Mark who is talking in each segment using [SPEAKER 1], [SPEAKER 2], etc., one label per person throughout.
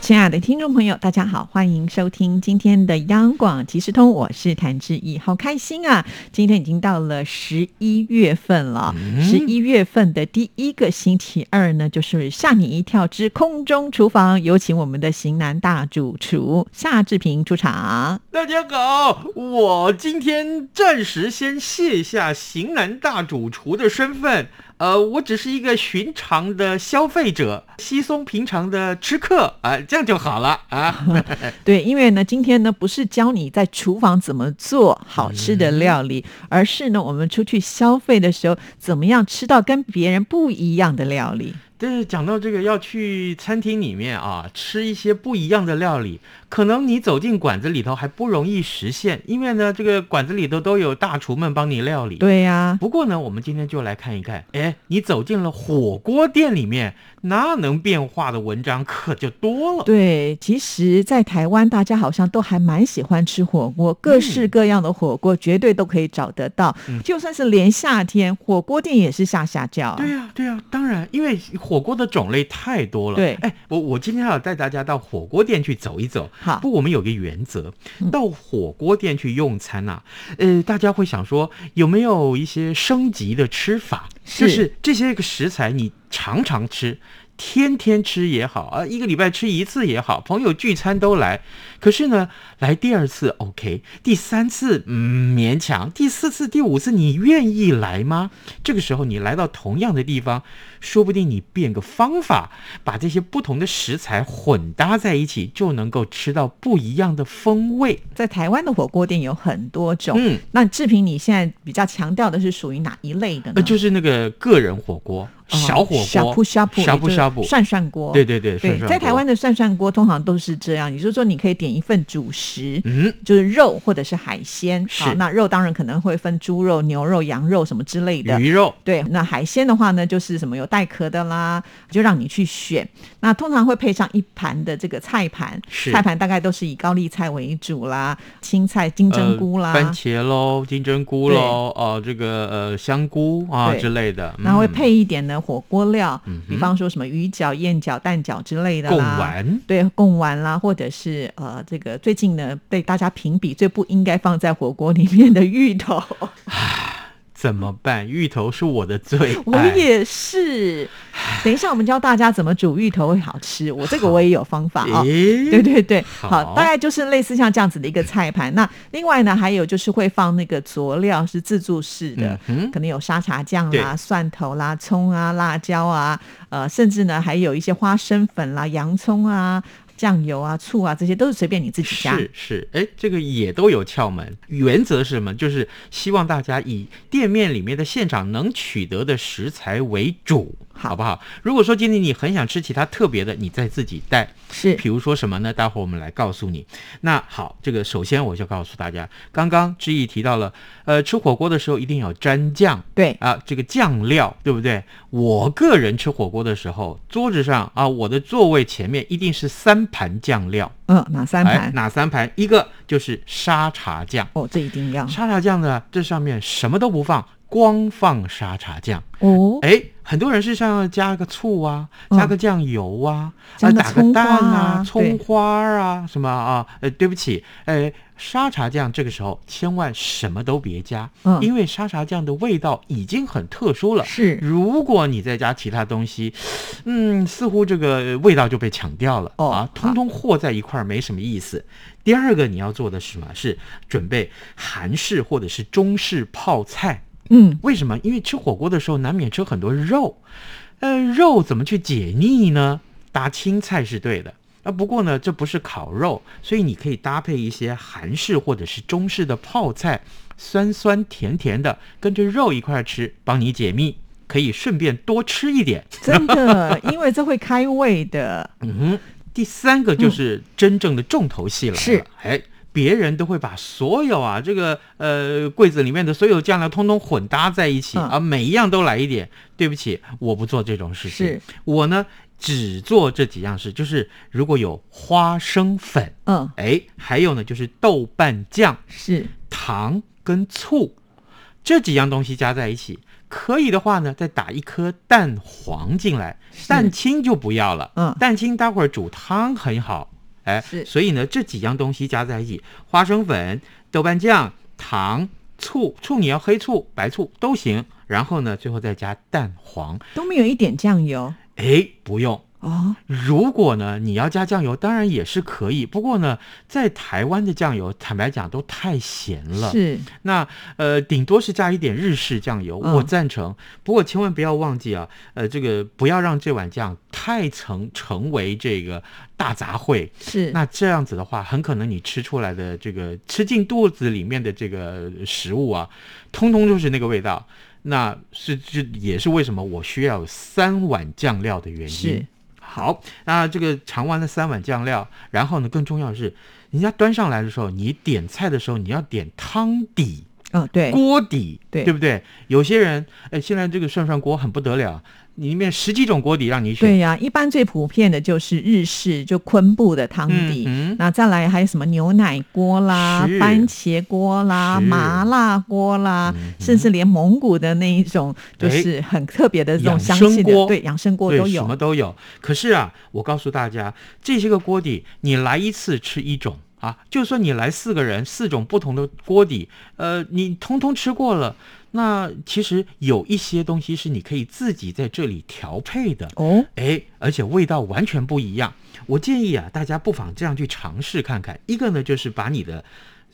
[SPEAKER 1] 亲爱的听众朋友，大家好，欢迎收听今天的央广即时通，我是谭志毅，好开心啊！今天已经到了十一月份了，十一、月份的第一个星期二呢，就是吓你一跳之空中厨房，有请我们的型男大主厨夏志平出场。
[SPEAKER 2] 大家好，我今天暂时先卸下型男大主厨的身份，呃，我只是一个寻常的消费者，稀松平常的吃客啊、这样就好了啊。
[SPEAKER 1] 对，因为呢，今天呢不是教你在厨房怎么做好吃的料理，而是呢我们出去消费的时候，怎么样吃到跟别人不一样的料理。
[SPEAKER 2] 但是讲到这个要去餐厅里面啊，吃一些不一样的料理，可能你走进馆子里头还不容易实现，因为呢，这个馆子里头都有大厨们帮你料理。
[SPEAKER 1] 对啊呀、
[SPEAKER 2] 不过呢，我们今天就来看一看，哎，你走进了火锅店里面，那能变化的文章可就多了。
[SPEAKER 1] 对，啊其实，在台湾大家好像都还蛮喜欢吃火锅，各式各样的火锅绝对都可以找得到。
[SPEAKER 2] 嗯
[SPEAKER 1] 就算是连夏天，火锅店也是下下叫啊。
[SPEAKER 2] 对呀、对呀、当然，因为火锅的种类太多了。
[SPEAKER 1] 对
[SPEAKER 2] 哎，我我今天要带大家到火锅店去走一走。
[SPEAKER 1] 好
[SPEAKER 2] 不，我们有个原则，到火锅店去用餐啊，呃，大家会想说有没有一些升级的吃法？就是是这些个食材你常常吃。天天吃也好啊，一个礼拜吃一次也好，朋友聚餐都来。可是呢，来第二次 OK，第三次嗯勉强，第四次、第五次你愿意来吗？这个时候你来到同样的地方，说不定你变个方法，把这些不同的食材混搭在一起，就能够吃到不一样的风味。
[SPEAKER 1] 在台湾的火锅店有很多种。
[SPEAKER 2] 嗯，
[SPEAKER 1] 那志平，你现在比较强调的是属于哪一类的呢？
[SPEAKER 2] 呃，就是那个个人火锅、
[SPEAKER 1] 嗯哦
[SPEAKER 2] 小火锅、
[SPEAKER 1] 呷哺呷哺，
[SPEAKER 2] 呷
[SPEAKER 1] 也就
[SPEAKER 2] 哺
[SPEAKER 1] 是
[SPEAKER 2] 呷哺
[SPEAKER 1] 涮涮锅，
[SPEAKER 2] 对对对，涮
[SPEAKER 1] 对，
[SPEAKER 2] 涮
[SPEAKER 1] 在台
[SPEAKER 2] 锅
[SPEAKER 1] 湾，的涮涮锅通常都是这样，也就是说，你可以点一份主食，
[SPEAKER 2] 嗯，
[SPEAKER 1] 就是肉或者是海鲜。
[SPEAKER 2] 是
[SPEAKER 1] 好那肉当然可能会分猪肉、牛肉、羊肉什么之类的。
[SPEAKER 2] 鱼肉，
[SPEAKER 1] 对，那海鲜的话呢，就是什么有带壳的啦，就让你去选。那通常会配上一盘的这个菜盘，
[SPEAKER 2] 是
[SPEAKER 1] 菜盘大概都是以高丽菜为主啦，青菜、金针菇啦，
[SPEAKER 2] 呃、番茄喽、金针菇喽、哦，这个呃香菇啊
[SPEAKER 1] 对
[SPEAKER 2] 之类的，
[SPEAKER 1] 然后会
[SPEAKER 2] 嗯
[SPEAKER 1] 配一点呢火锅料，
[SPEAKER 2] 嗯哼
[SPEAKER 1] 比方说什么鱼饺、燕饺、蛋饺之类的啦。
[SPEAKER 2] 贡丸。
[SPEAKER 1] 对贡丸啦，或者是呃，这个最近呢被大家评比最不应该放在火锅里面的芋头，
[SPEAKER 2] 怎么办？芋头是我的最爱，
[SPEAKER 1] 我也是。等一下我们教大家怎么煮芋头会好吃，我这个我也有方法哦。
[SPEAKER 2] 咦
[SPEAKER 1] 对对对，
[SPEAKER 2] 嗯好
[SPEAKER 1] 好，大概就是类似像这样子的一个菜盘。那另外呢，还有就是会放那个佐料是自助式的，
[SPEAKER 2] 嗯哼
[SPEAKER 1] 可能有沙茶酱啦、
[SPEAKER 2] 对
[SPEAKER 1] 蒜头啦、葱啊、辣椒啊，呃，甚至呢还有一些花生粉啦、洋葱啊、酱油啊、醋啊，这些都是随便你自己加。
[SPEAKER 2] 是是，哎，这个也都有窍门。原则是什么？就是希望大家以店面里面的现场能取得的食材为主，
[SPEAKER 1] 好
[SPEAKER 2] 好不好？如果说今天你很想吃其他特别的，你再自己带。
[SPEAKER 1] 是
[SPEAKER 2] 比如说什么呢？待会儿我们来告诉你。那好，这个首先我就告诉大家，刚刚志毅提到了，呃，吃火锅的时候一定要沾酱。
[SPEAKER 1] 对，
[SPEAKER 2] 啊，这个酱料对不对？我个人吃火锅的时候，桌子上啊，我的座位前面一定是三盘酱料，
[SPEAKER 1] 嗯，哪三
[SPEAKER 2] 哎
[SPEAKER 1] 盘？，
[SPEAKER 2] 哪三盘？一个就是沙茶酱，
[SPEAKER 1] 哦，这一定要
[SPEAKER 2] 沙茶酱呢，这上面什么都不放，光放沙茶酱。
[SPEAKER 1] 哦，嗯
[SPEAKER 2] 哎，很多人是想要加个醋啊，加个酱油啊，
[SPEAKER 1] 加
[SPEAKER 2] 啊
[SPEAKER 1] 个
[SPEAKER 2] 打个蛋啊，
[SPEAKER 1] 葱花啊对
[SPEAKER 2] 葱花啊，什么啊？呃，对不起，呃，沙茶酱这个时候千万什么都别加，
[SPEAKER 1] 嗯
[SPEAKER 2] 因为沙茶酱的味道已经很特殊了。
[SPEAKER 1] 是
[SPEAKER 2] 如果你再加其他东西，嗯，似乎这个味道就被抢掉了、
[SPEAKER 1] 哦
[SPEAKER 2] 啊，通通和在一块儿没什么意思。第二个你要做的是什么？是准备韩式或者是中式泡菜。
[SPEAKER 1] 嗯，
[SPEAKER 2] 为什么？因为吃火锅的时候难免吃很多肉，呃，肉怎么去解腻呢？搭青菜是对的。啊，不过呢，这不是烤肉，所以你可以搭配一些韩式或者是中式的泡菜，酸酸甜甜的，跟着肉一块儿吃，帮你解腻，可以顺便多吃一点。
[SPEAKER 1] 真 的，因为这会开胃的。
[SPEAKER 2] 嗯哼，第三个就是真正的重头戏来了，
[SPEAKER 1] 是
[SPEAKER 2] 哎。别人都会把所有啊这个呃柜子里面的所有酱料通通混搭在一起、
[SPEAKER 1] 嗯
[SPEAKER 2] 啊，每一样都来一点。对不起，我不做这种事情
[SPEAKER 1] 是，
[SPEAKER 2] 我呢只做这几样事，就是如果有花生粉，
[SPEAKER 1] 嗯，
[SPEAKER 2] 哎，还有呢就是豆瓣酱、
[SPEAKER 1] 是
[SPEAKER 2] 糖跟醋这几样东西加在一起，可以的话呢，再打一颗蛋黄进来，蛋清就不要了。
[SPEAKER 1] 嗯
[SPEAKER 2] 蛋清待会儿煮汤很好。哎
[SPEAKER 1] 是，
[SPEAKER 2] 所以呢，这几样东西加在一起，花生粉、豆瓣酱、糖、醋，醋你要黑醋、白醋都行。然后呢，最后再加蛋黄。
[SPEAKER 1] 都没有一点酱油
[SPEAKER 2] 哎，不用，
[SPEAKER 1] 哦，
[SPEAKER 2] 如果呢，你要加酱油，当然也是可以。不过呢，在台湾的酱油，坦白讲都太咸了。
[SPEAKER 1] 是
[SPEAKER 2] 那呃，顶多是加一点日式酱油，
[SPEAKER 1] 嗯
[SPEAKER 2] 我赞成。不过千万不要忘记啊，呃，这个不要让这碗酱太成成为这个大杂烩。
[SPEAKER 1] 是，
[SPEAKER 2] 那这样子的话，很可能你吃出来的这个吃进肚子里面的这个食物啊，通通就是那个味道。那是这也是为什么我需要有三碗酱料的原因
[SPEAKER 1] 是。
[SPEAKER 2] 好，那这个尝完了三碗酱料，然后呢，更重要的是，人家端上来的时候，你点菜的时候，你要点汤底。
[SPEAKER 1] 哦，对，
[SPEAKER 2] 锅底，
[SPEAKER 1] 对
[SPEAKER 2] 不对？有些人，哎，现在这个涮涮锅很不得了，里面十几种锅底让你选。
[SPEAKER 1] 对呀、一般最普遍的就是日式，就昆布的汤底。
[SPEAKER 2] 嗯哼
[SPEAKER 1] 那再来还有什么牛奶锅啦
[SPEAKER 2] 是、
[SPEAKER 1] 番茄锅啦、
[SPEAKER 2] 是嗯
[SPEAKER 1] 麻辣锅啦，甚至连蒙古的那一种，就
[SPEAKER 2] 对
[SPEAKER 1] 是很特别的这种
[SPEAKER 2] 养
[SPEAKER 1] 香
[SPEAKER 2] 生
[SPEAKER 1] 气的，
[SPEAKER 2] 锅
[SPEAKER 1] 对，养生锅
[SPEAKER 2] 对
[SPEAKER 1] 都有
[SPEAKER 2] 什么。都有。可是啊，我告诉大家，这些个锅底，你来一次吃一种啊，就算你来四个人，四种不同的锅底，呃，你通通吃过了，那其实有一些东西是你可以自己在这里调配的。
[SPEAKER 1] 哦，
[SPEAKER 2] 哎，而且味道完全不一样。我建议啊，大家不妨这样去尝试看看。一个呢，就是把你的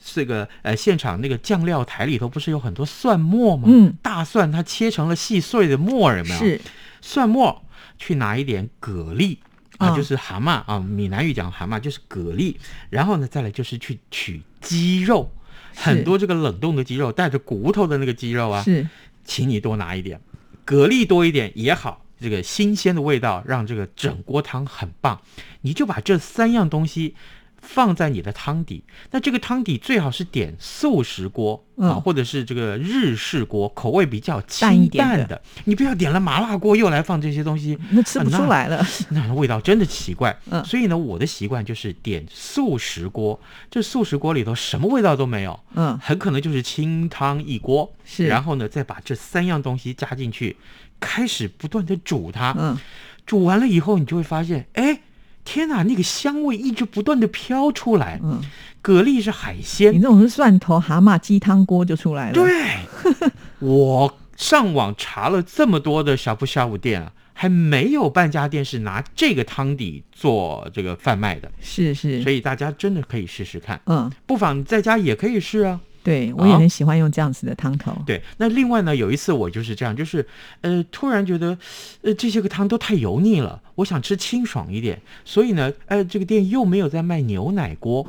[SPEAKER 2] 这个呃现场那个酱料台里头不是有很多蒜末吗？
[SPEAKER 1] 嗯，
[SPEAKER 2] 大蒜它切成了细碎的末儿，有没有？
[SPEAKER 1] 是
[SPEAKER 2] 蒜末去拿一点蛤蜊
[SPEAKER 1] 嗯
[SPEAKER 2] 啊，就是蛤蟆啊，闽南语讲蛤蟆就是蛤蜊，然后呢，再来就是去取鸡肉，很多这个冷冻的鸡肉带着骨头的那个鸡肉啊，
[SPEAKER 1] 是，
[SPEAKER 2] 请你多拿一点，蛤蜊多一点也好，这个新鲜的味道让这个整锅汤很棒。你就把这三样东西放在你的汤底，那这个汤底最好是点素食锅、啊，
[SPEAKER 1] 嗯
[SPEAKER 2] 或者是这个日式锅，口味比较清
[SPEAKER 1] 淡一点
[SPEAKER 2] 淡
[SPEAKER 1] 的
[SPEAKER 2] 的。你不要点了麻辣锅又来放这些东西，啊
[SPEAKER 1] 那吃不出来了。
[SPEAKER 2] 那味道真的奇怪。
[SPEAKER 1] 嗯
[SPEAKER 2] 所以呢，我的习惯就是点素食锅，这素食锅里头什么味道都没有。
[SPEAKER 1] 嗯，
[SPEAKER 2] 很可能就是清汤一锅，
[SPEAKER 1] 是
[SPEAKER 2] 然后呢，再把这三样东西加进去，开始不断的煮它。
[SPEAKER 1] 嗯，
[SPEAKER 2] 煮完了以后，你就会发现，哎，天哪，那个香味一直不断的飘出来。
[SPEAKER 1] 嗯，
[SPEAKER 2] 蛤蜊是海
[SPEAKER 1] 你
[SPEAKER 2] 鲜，
[SPEAKER 1] 这种是蒜头蛤蟆鸡汤锅就出来了。，
[SPEAKER 2] 对， 我上网查了这么多的小铺下午店啊，还没有半家店是拿这个汤底做这个贩卖的，
[SPEAKER 1] 是
[SPEAKER 2] 所
[SPEAKER 1] 是，
[SPEAKER 2] 以大家真的可以试试看，
[SPEAKER 1] 嗯，
[SPEAKER 2] 不妨你在家也可以试啊。
[SPEAKER 1] 对我也
[SPEAKER 2] 好
[SPEAKER 1] 很喜欢用这样子的汤头。
[SPEAKER 2] 对，那另外呢，有一次我就是这样，就是，呃，突然觉得，呃，这些个汤都太油腻了，我想吃清爽一点，所以呢，呃，这个店又没有在卖牛奶锅，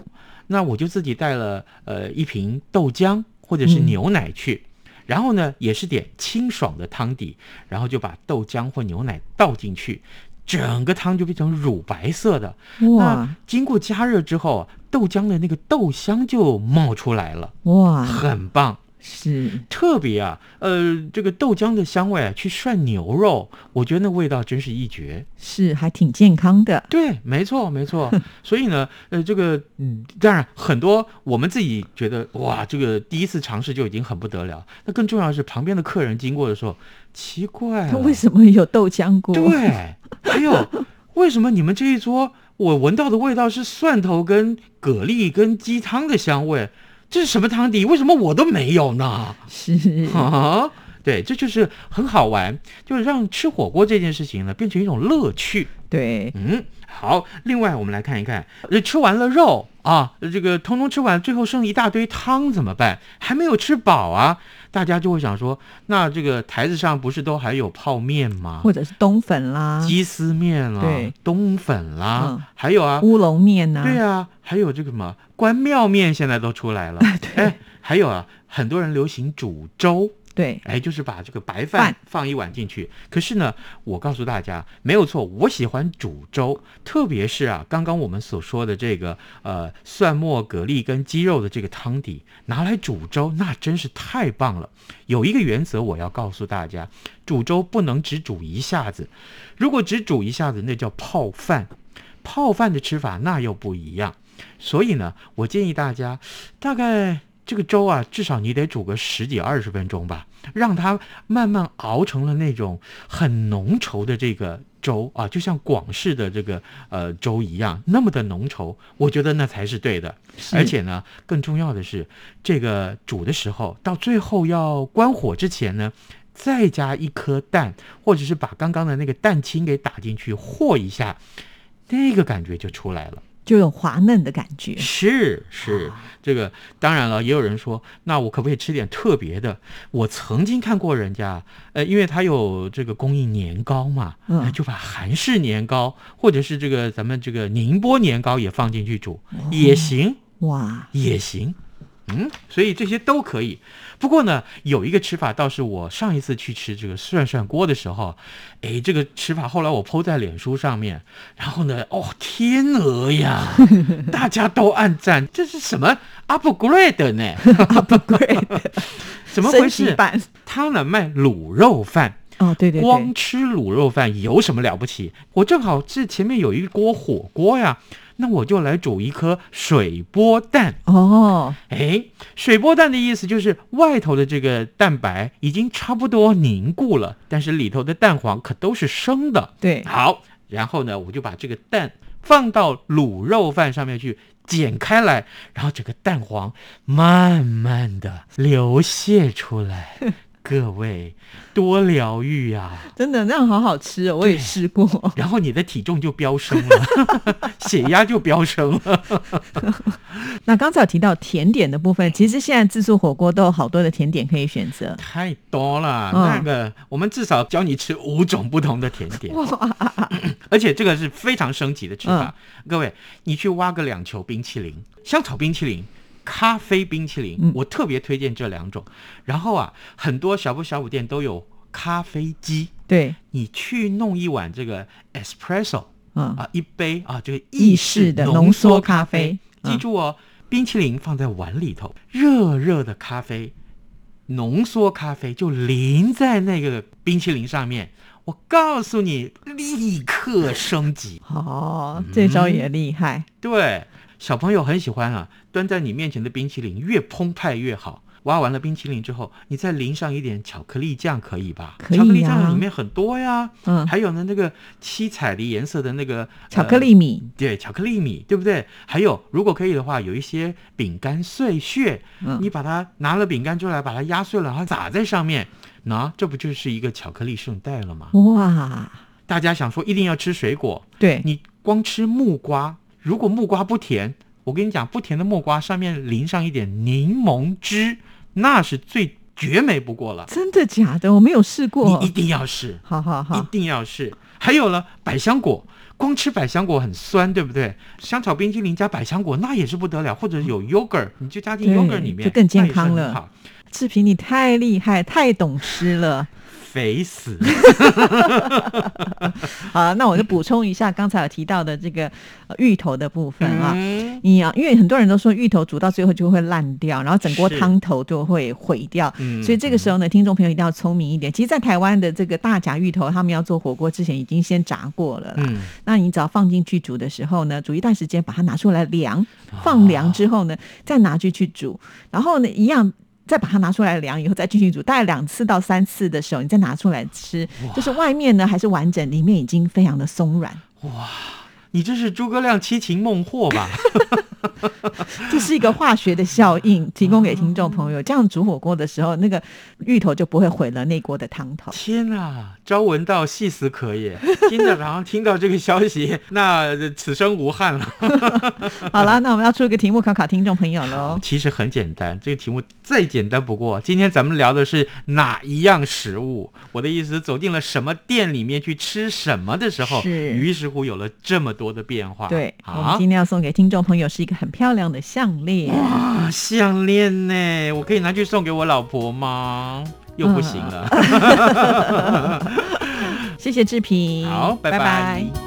[SPEAKER 2] 那我就自己带了呃一瓶豆浆或者是
[SPEAKER 1] 嗯
[SPEAKER 2] 牛奶去。然后呢，也是点清爽的汤底，然后就把豆浆或牛奶倒进去，整个汤就变成乳白色的。
[SPEAKER 1] 哇
[SPEAKER 2] 那经过加热之后啊，豆浆的那个豆香就冒出来了，
[SPEAKER 1] 哇，
[SPEAKER 2] 很棒。
[SPEAKER 1] 是
[SPEAKER 2] 特别啊，呃，这个豆浆的香味啊，去涮牛肉，我觉得那味道真是一绝。
[SPEAKER 1] 是，还挺健康的。
[SPEAKER 2] 对，没错，没错。所以呢，呃，这个，嗯，当然很多我们自己觉得哇，这个第一次尝试就已经很不得了。那更重要的是，旁边的客人经过的时候，奇怪、啊
[SPEAKER 1] 它为什么有豆浆锅？
[SPEAKER 2] 哎对，还有为什么你们这一桌我闻到的味道是蒜头、跟蛤蜊、跟鸡汤的香味？这是什么汤底？为什么我都没有呢？
[SPEAKER 1] 是
[SPEAKER 2] 啊，对，这就是很好玩，就是让吃火锅这件事情呢变成一种乐趣。
[SPEAKER 1] 对，
[SPEAKER 2] 嗯，好，另外我们来看一看，呃，吃完了肉啊，这个通通吃完，最后剩一大堆汤怎么办？还没有吃饱啊，大家就会想说，那这个台子上不是都还有泡面吗？
[SPEAKER 1] 或者是冬粉啦、
[SPEAKER 2] 鸡丝面啦
[SPEAKER 1] 对，
[SPEAKER 2] 冬粉啦，
[SPEAKER 1] 嗯
[SPEAKER 2] 还有啊，
[SPEAKER 1] 乌龙面呐、
[SPEAKER 2] 对啊，还有这个什么 关庙面现在都出来了，哎，还有啊，很多人流行煮粥，
[SPEAKER 1] 对，
[SPEAKER 2] 哎，就是把这个白
[SPEAKER 1] 饭
[SPEAKER 2] 饭放一碗进去。可是呢，我告诉大家，没有错，我喜欢煮粥，特别是啊，刚刚我们所说的这个呃蒜末、蛤蜊跟鸡肉的这个汤底，拿来煮粥那真是太棒了。有一个原则我要告诉大家，煮粥不能只煮一下子，如果只煮一下子，那叫泡饭。泡饭的吃法那又不一样，所以呢，我建议大家，大概这个粥啊，至少你得煮个十几二十分钟吧，让它慢慢熬成了那种很浓稠的这个粥啊，就像广式的这个呃粥一样，那么的浓稠，我觉得那才是对的。而且呢，更重要的是，这个煮的时候，到最后要关火之前呢。再加一颗蛋，或者是把刚刚的那个蛋清给打进去和一下，那个感觉就出来了。
[SPEAKER 1] 就有滑嫩的感觉。
[SPEAKER 2] 是是，这个当然了，也有人说，那我可不可以吃点特别的？我曾经看过人家，呃，因为他有这个供应年糕嘛，
[SPEAKER 1] 嗯
[SPEAKER 2] 呃就把韩式年糕或者是这个咱们这个宁波年糕也放进去煮，也行
[SPEAKER 1] 哇，
[SPEAKER 2] 也行。嗯，所以这些都可以。不过呢，有一个吃法倒是我上一次去吃这个涮涮锅的时候，哎，这个吃法后来我 PO 在脸书上面，然后呢，哦，天鹅呀，大家都按赞，这是什么 upgrade 呢？
[SPEAKER 1] 对，
[SPEAKER 2] 怎么回
[SPEAKER 1] 升级
[SPEAKER 2] 事？
[SPEAKER 1] 版
[SPEAKER 2] 他呢卖卤肉饭，
[SPEAKER 1] 哦，对对对
[SPEAKER 2] 光，吃卤肉饭有什么了不起？我正好是前面有一锅火锅呀，那我就来煮一颗水波蛋。
[SPEAKER 1] 哦，
[SPEAKER 2] 哎，水波蛋的意思就是外头的这个蛋白已经差不多凝固了，但是里头的蛋黄可都是生的。
[SPEAKER 1] 对，
[SPEAKER 2] 好，然后呢，我就把这个蛋放到卤肉饭上面去剪开来，然后整个蛋黄慢慢的流泻出来。各位，多疗愈啊！
[SPEAKER 1] 真的那样好好吃哦，我也试过。
[SPEAKER 2] 然后你的体重就飙升了， 血压就飙升了。
[SPEAKER 1] 那刚才有提到甜点的部分，其实现在自助火锅都有好多的甜点可以选择。
[SPEAKER 2] 太多了，
[SPEAKER 1] 嗯
[SPEAKER 2] 那个我们至少教你吃五种不同的甜点，
[SPEAKER 1] 哇， 嗯
[SPEAKER 2] 而且这个是非常升级的吃法。各位，你去挖个两球冰淇淋、香草冰淇淋、咖啡冰淇淋，
[SPEAKER 1] 嗯
[SPEAKER 2] 我特别推荐这两种。然后啊，很多小不小五店都有咖啡机，
[SPEAKER 1] 对，
[SPEAKER 2] 你去弄一碗这个 espresso
[SPEAKER 1] 嗯，
[SPEAKER 2] 啊，一杯啊，这个
[SPEAKER 1] 意
[SPEAKER 2] 意
[SPEAKER 1] 式
[SPEAKER 2] 式
[SPEAKER 1] 的浓
[SPEAKER 2] 浓
[SPEAKER 1] 缩
[SPEAKER 2] 缩
[SPEAKER 1] 咖
[SPEAKER 2] 咖
[SPEAKER 1] 啡
[SPEAKER 2] 啡，
[SPEAKER 1] 嗯
[SPEAKER 2] 记住哦，冰淇淋放在碗里头，热热的咖啡，浓缩咖啡就淋在那个冰淇淋上面。我告诉你，立刻升级。
[SPEAKER 1] 哦，
[SPEAKER 2] 嗯
[SPEAKER 1] 这招也厉害。
[SPEAKER 2] 对，小朋友很喜欢啊，端在你面前的冰淇淋越澎湃越好。挖完了冰淇淋之后，你再淋上一点巧克力酱，可以吧？
[SPEAKER 1] 可以呀啊
[SPEAKER 2] 巧克力酱里面很多呀，
[SPEAKER 1] 嗯，
[SPEAKER 2] 还有呃呢，那个七彩的颜色的那个
[SPEAKER 1] 巧克
[SPEAKER 2] 力。
[SPEAKER 1] 力米，
[SPEAKER 2] 对，巧克力米，对不对？还有，如果可以的话，有一些饼干碎屑，
[SPEAKER 1] 嗯，
[SPEAKER 2] 你把它拿了饼干出来，把它压碎了，然后撒在上面，那这不就是一个巧克力圣代了吗？
[SPEAKER 1] 哇，
[SPEAKER 2] 大家想说一定要吃水果，
[SPEAKER 1] 对，
[SPEAKER 2] 你光吃木瓜，如果木瓜不甜，我跟你讲，不甜的木瓜上面淋上一点柠檬汁，那是最绝美不过了。
[SPEAKER 1] 真的假的？我没有试过
[SPEAKER 2] 你一。定要试。
[SPEAKER 1] 好好
[SPEAKER 2] 一
[SPEAKER 1] 好，
[SPEAKER 2] 定要试。还有了，百香果，光吃百香果很酸，对不对？香草冰激凌加百香果那也是不得了，或者有 yogurt，你就加进
[SPEAKER 1] 对
[SPEAKER 2] yogurt 里面，
[SPEAKER 1] 就更健
[SPEAKER 2] 那也是
[SPEAKER 1] 康
[SPEAKER 2] 很
[SPEAKER 1] 了
[SPEAKER 2] 好
[SPEAKER 1] 志平你太厉害，太懂吃了。
[SPEAKER 2] 肥死！
[SPEAKER 1] 好，那我就补充一下刚才有提到的这个呃芋头的部分啊。
[SPEAKER 2] 嗯
[SPEAKER 1] 你啊，因为很多人都说芋头煮到最后就会烂掉，然后整锅
[SPEAKER 2] 是
[SPEAKER 1] 汤头就会毁掉，
[SPEAKER 2] 嗯
[SPEAKER 1] 所以这个时候呢，听众朋友一定要聪明一点。其实，在台湾的这个大甲芋头，他们要做火锅之前已经先炸过了啦。
[SPEAKER 2] 嗯，
[SPEAKER 1] 那你只要放进去煮的时候呢，煮一段时间，把它拿出来凉，放凉之后呢，再拿去去煮，然后呢，一样。再把它拿出来凉以后，再继续煮，大概两次到三次的时候，你再拿出来吃，就是外面呢还是完整，里面已经非常的松软，
[SPEAKER 2] 你这是诸葛亮七擒孟获吧？
[SPEAKER 1] 这是一个化学的效应，提供给听众朋友。这样煮火锅的时候，那个芋头就不会毁了那锅的汤 头。
[SPEAKER 2] 天哪、朝闻道，夕死可也。今天早上听到这个消息，那此生无憾了。
[SPEAKER 1] 好了，那我们要出一个题目考考听众朋友喽。
[SPEAKER 2] 其实很简单，这个题目再简单不过。今天咱们聊的是哪一样食物？我的意思，走进了什么店里面去吃什么的时候，
[SPEAKER 1] 是
[SPEAKER 2] 于是乎有了这么多的变化。
[SPEAKER 1] 对，我们
[SPEAKER 2] 啊
[SPEAKER 1] 今，天要送给听众朋友是一个很漂亮的项链。
[SPEAKER 2] 啊项链呢？我可以拿去送给我老婆吗？又不行了。
[SPEAKER 1] 谢谢志平，
[SPEAKER 2] 好，拜拜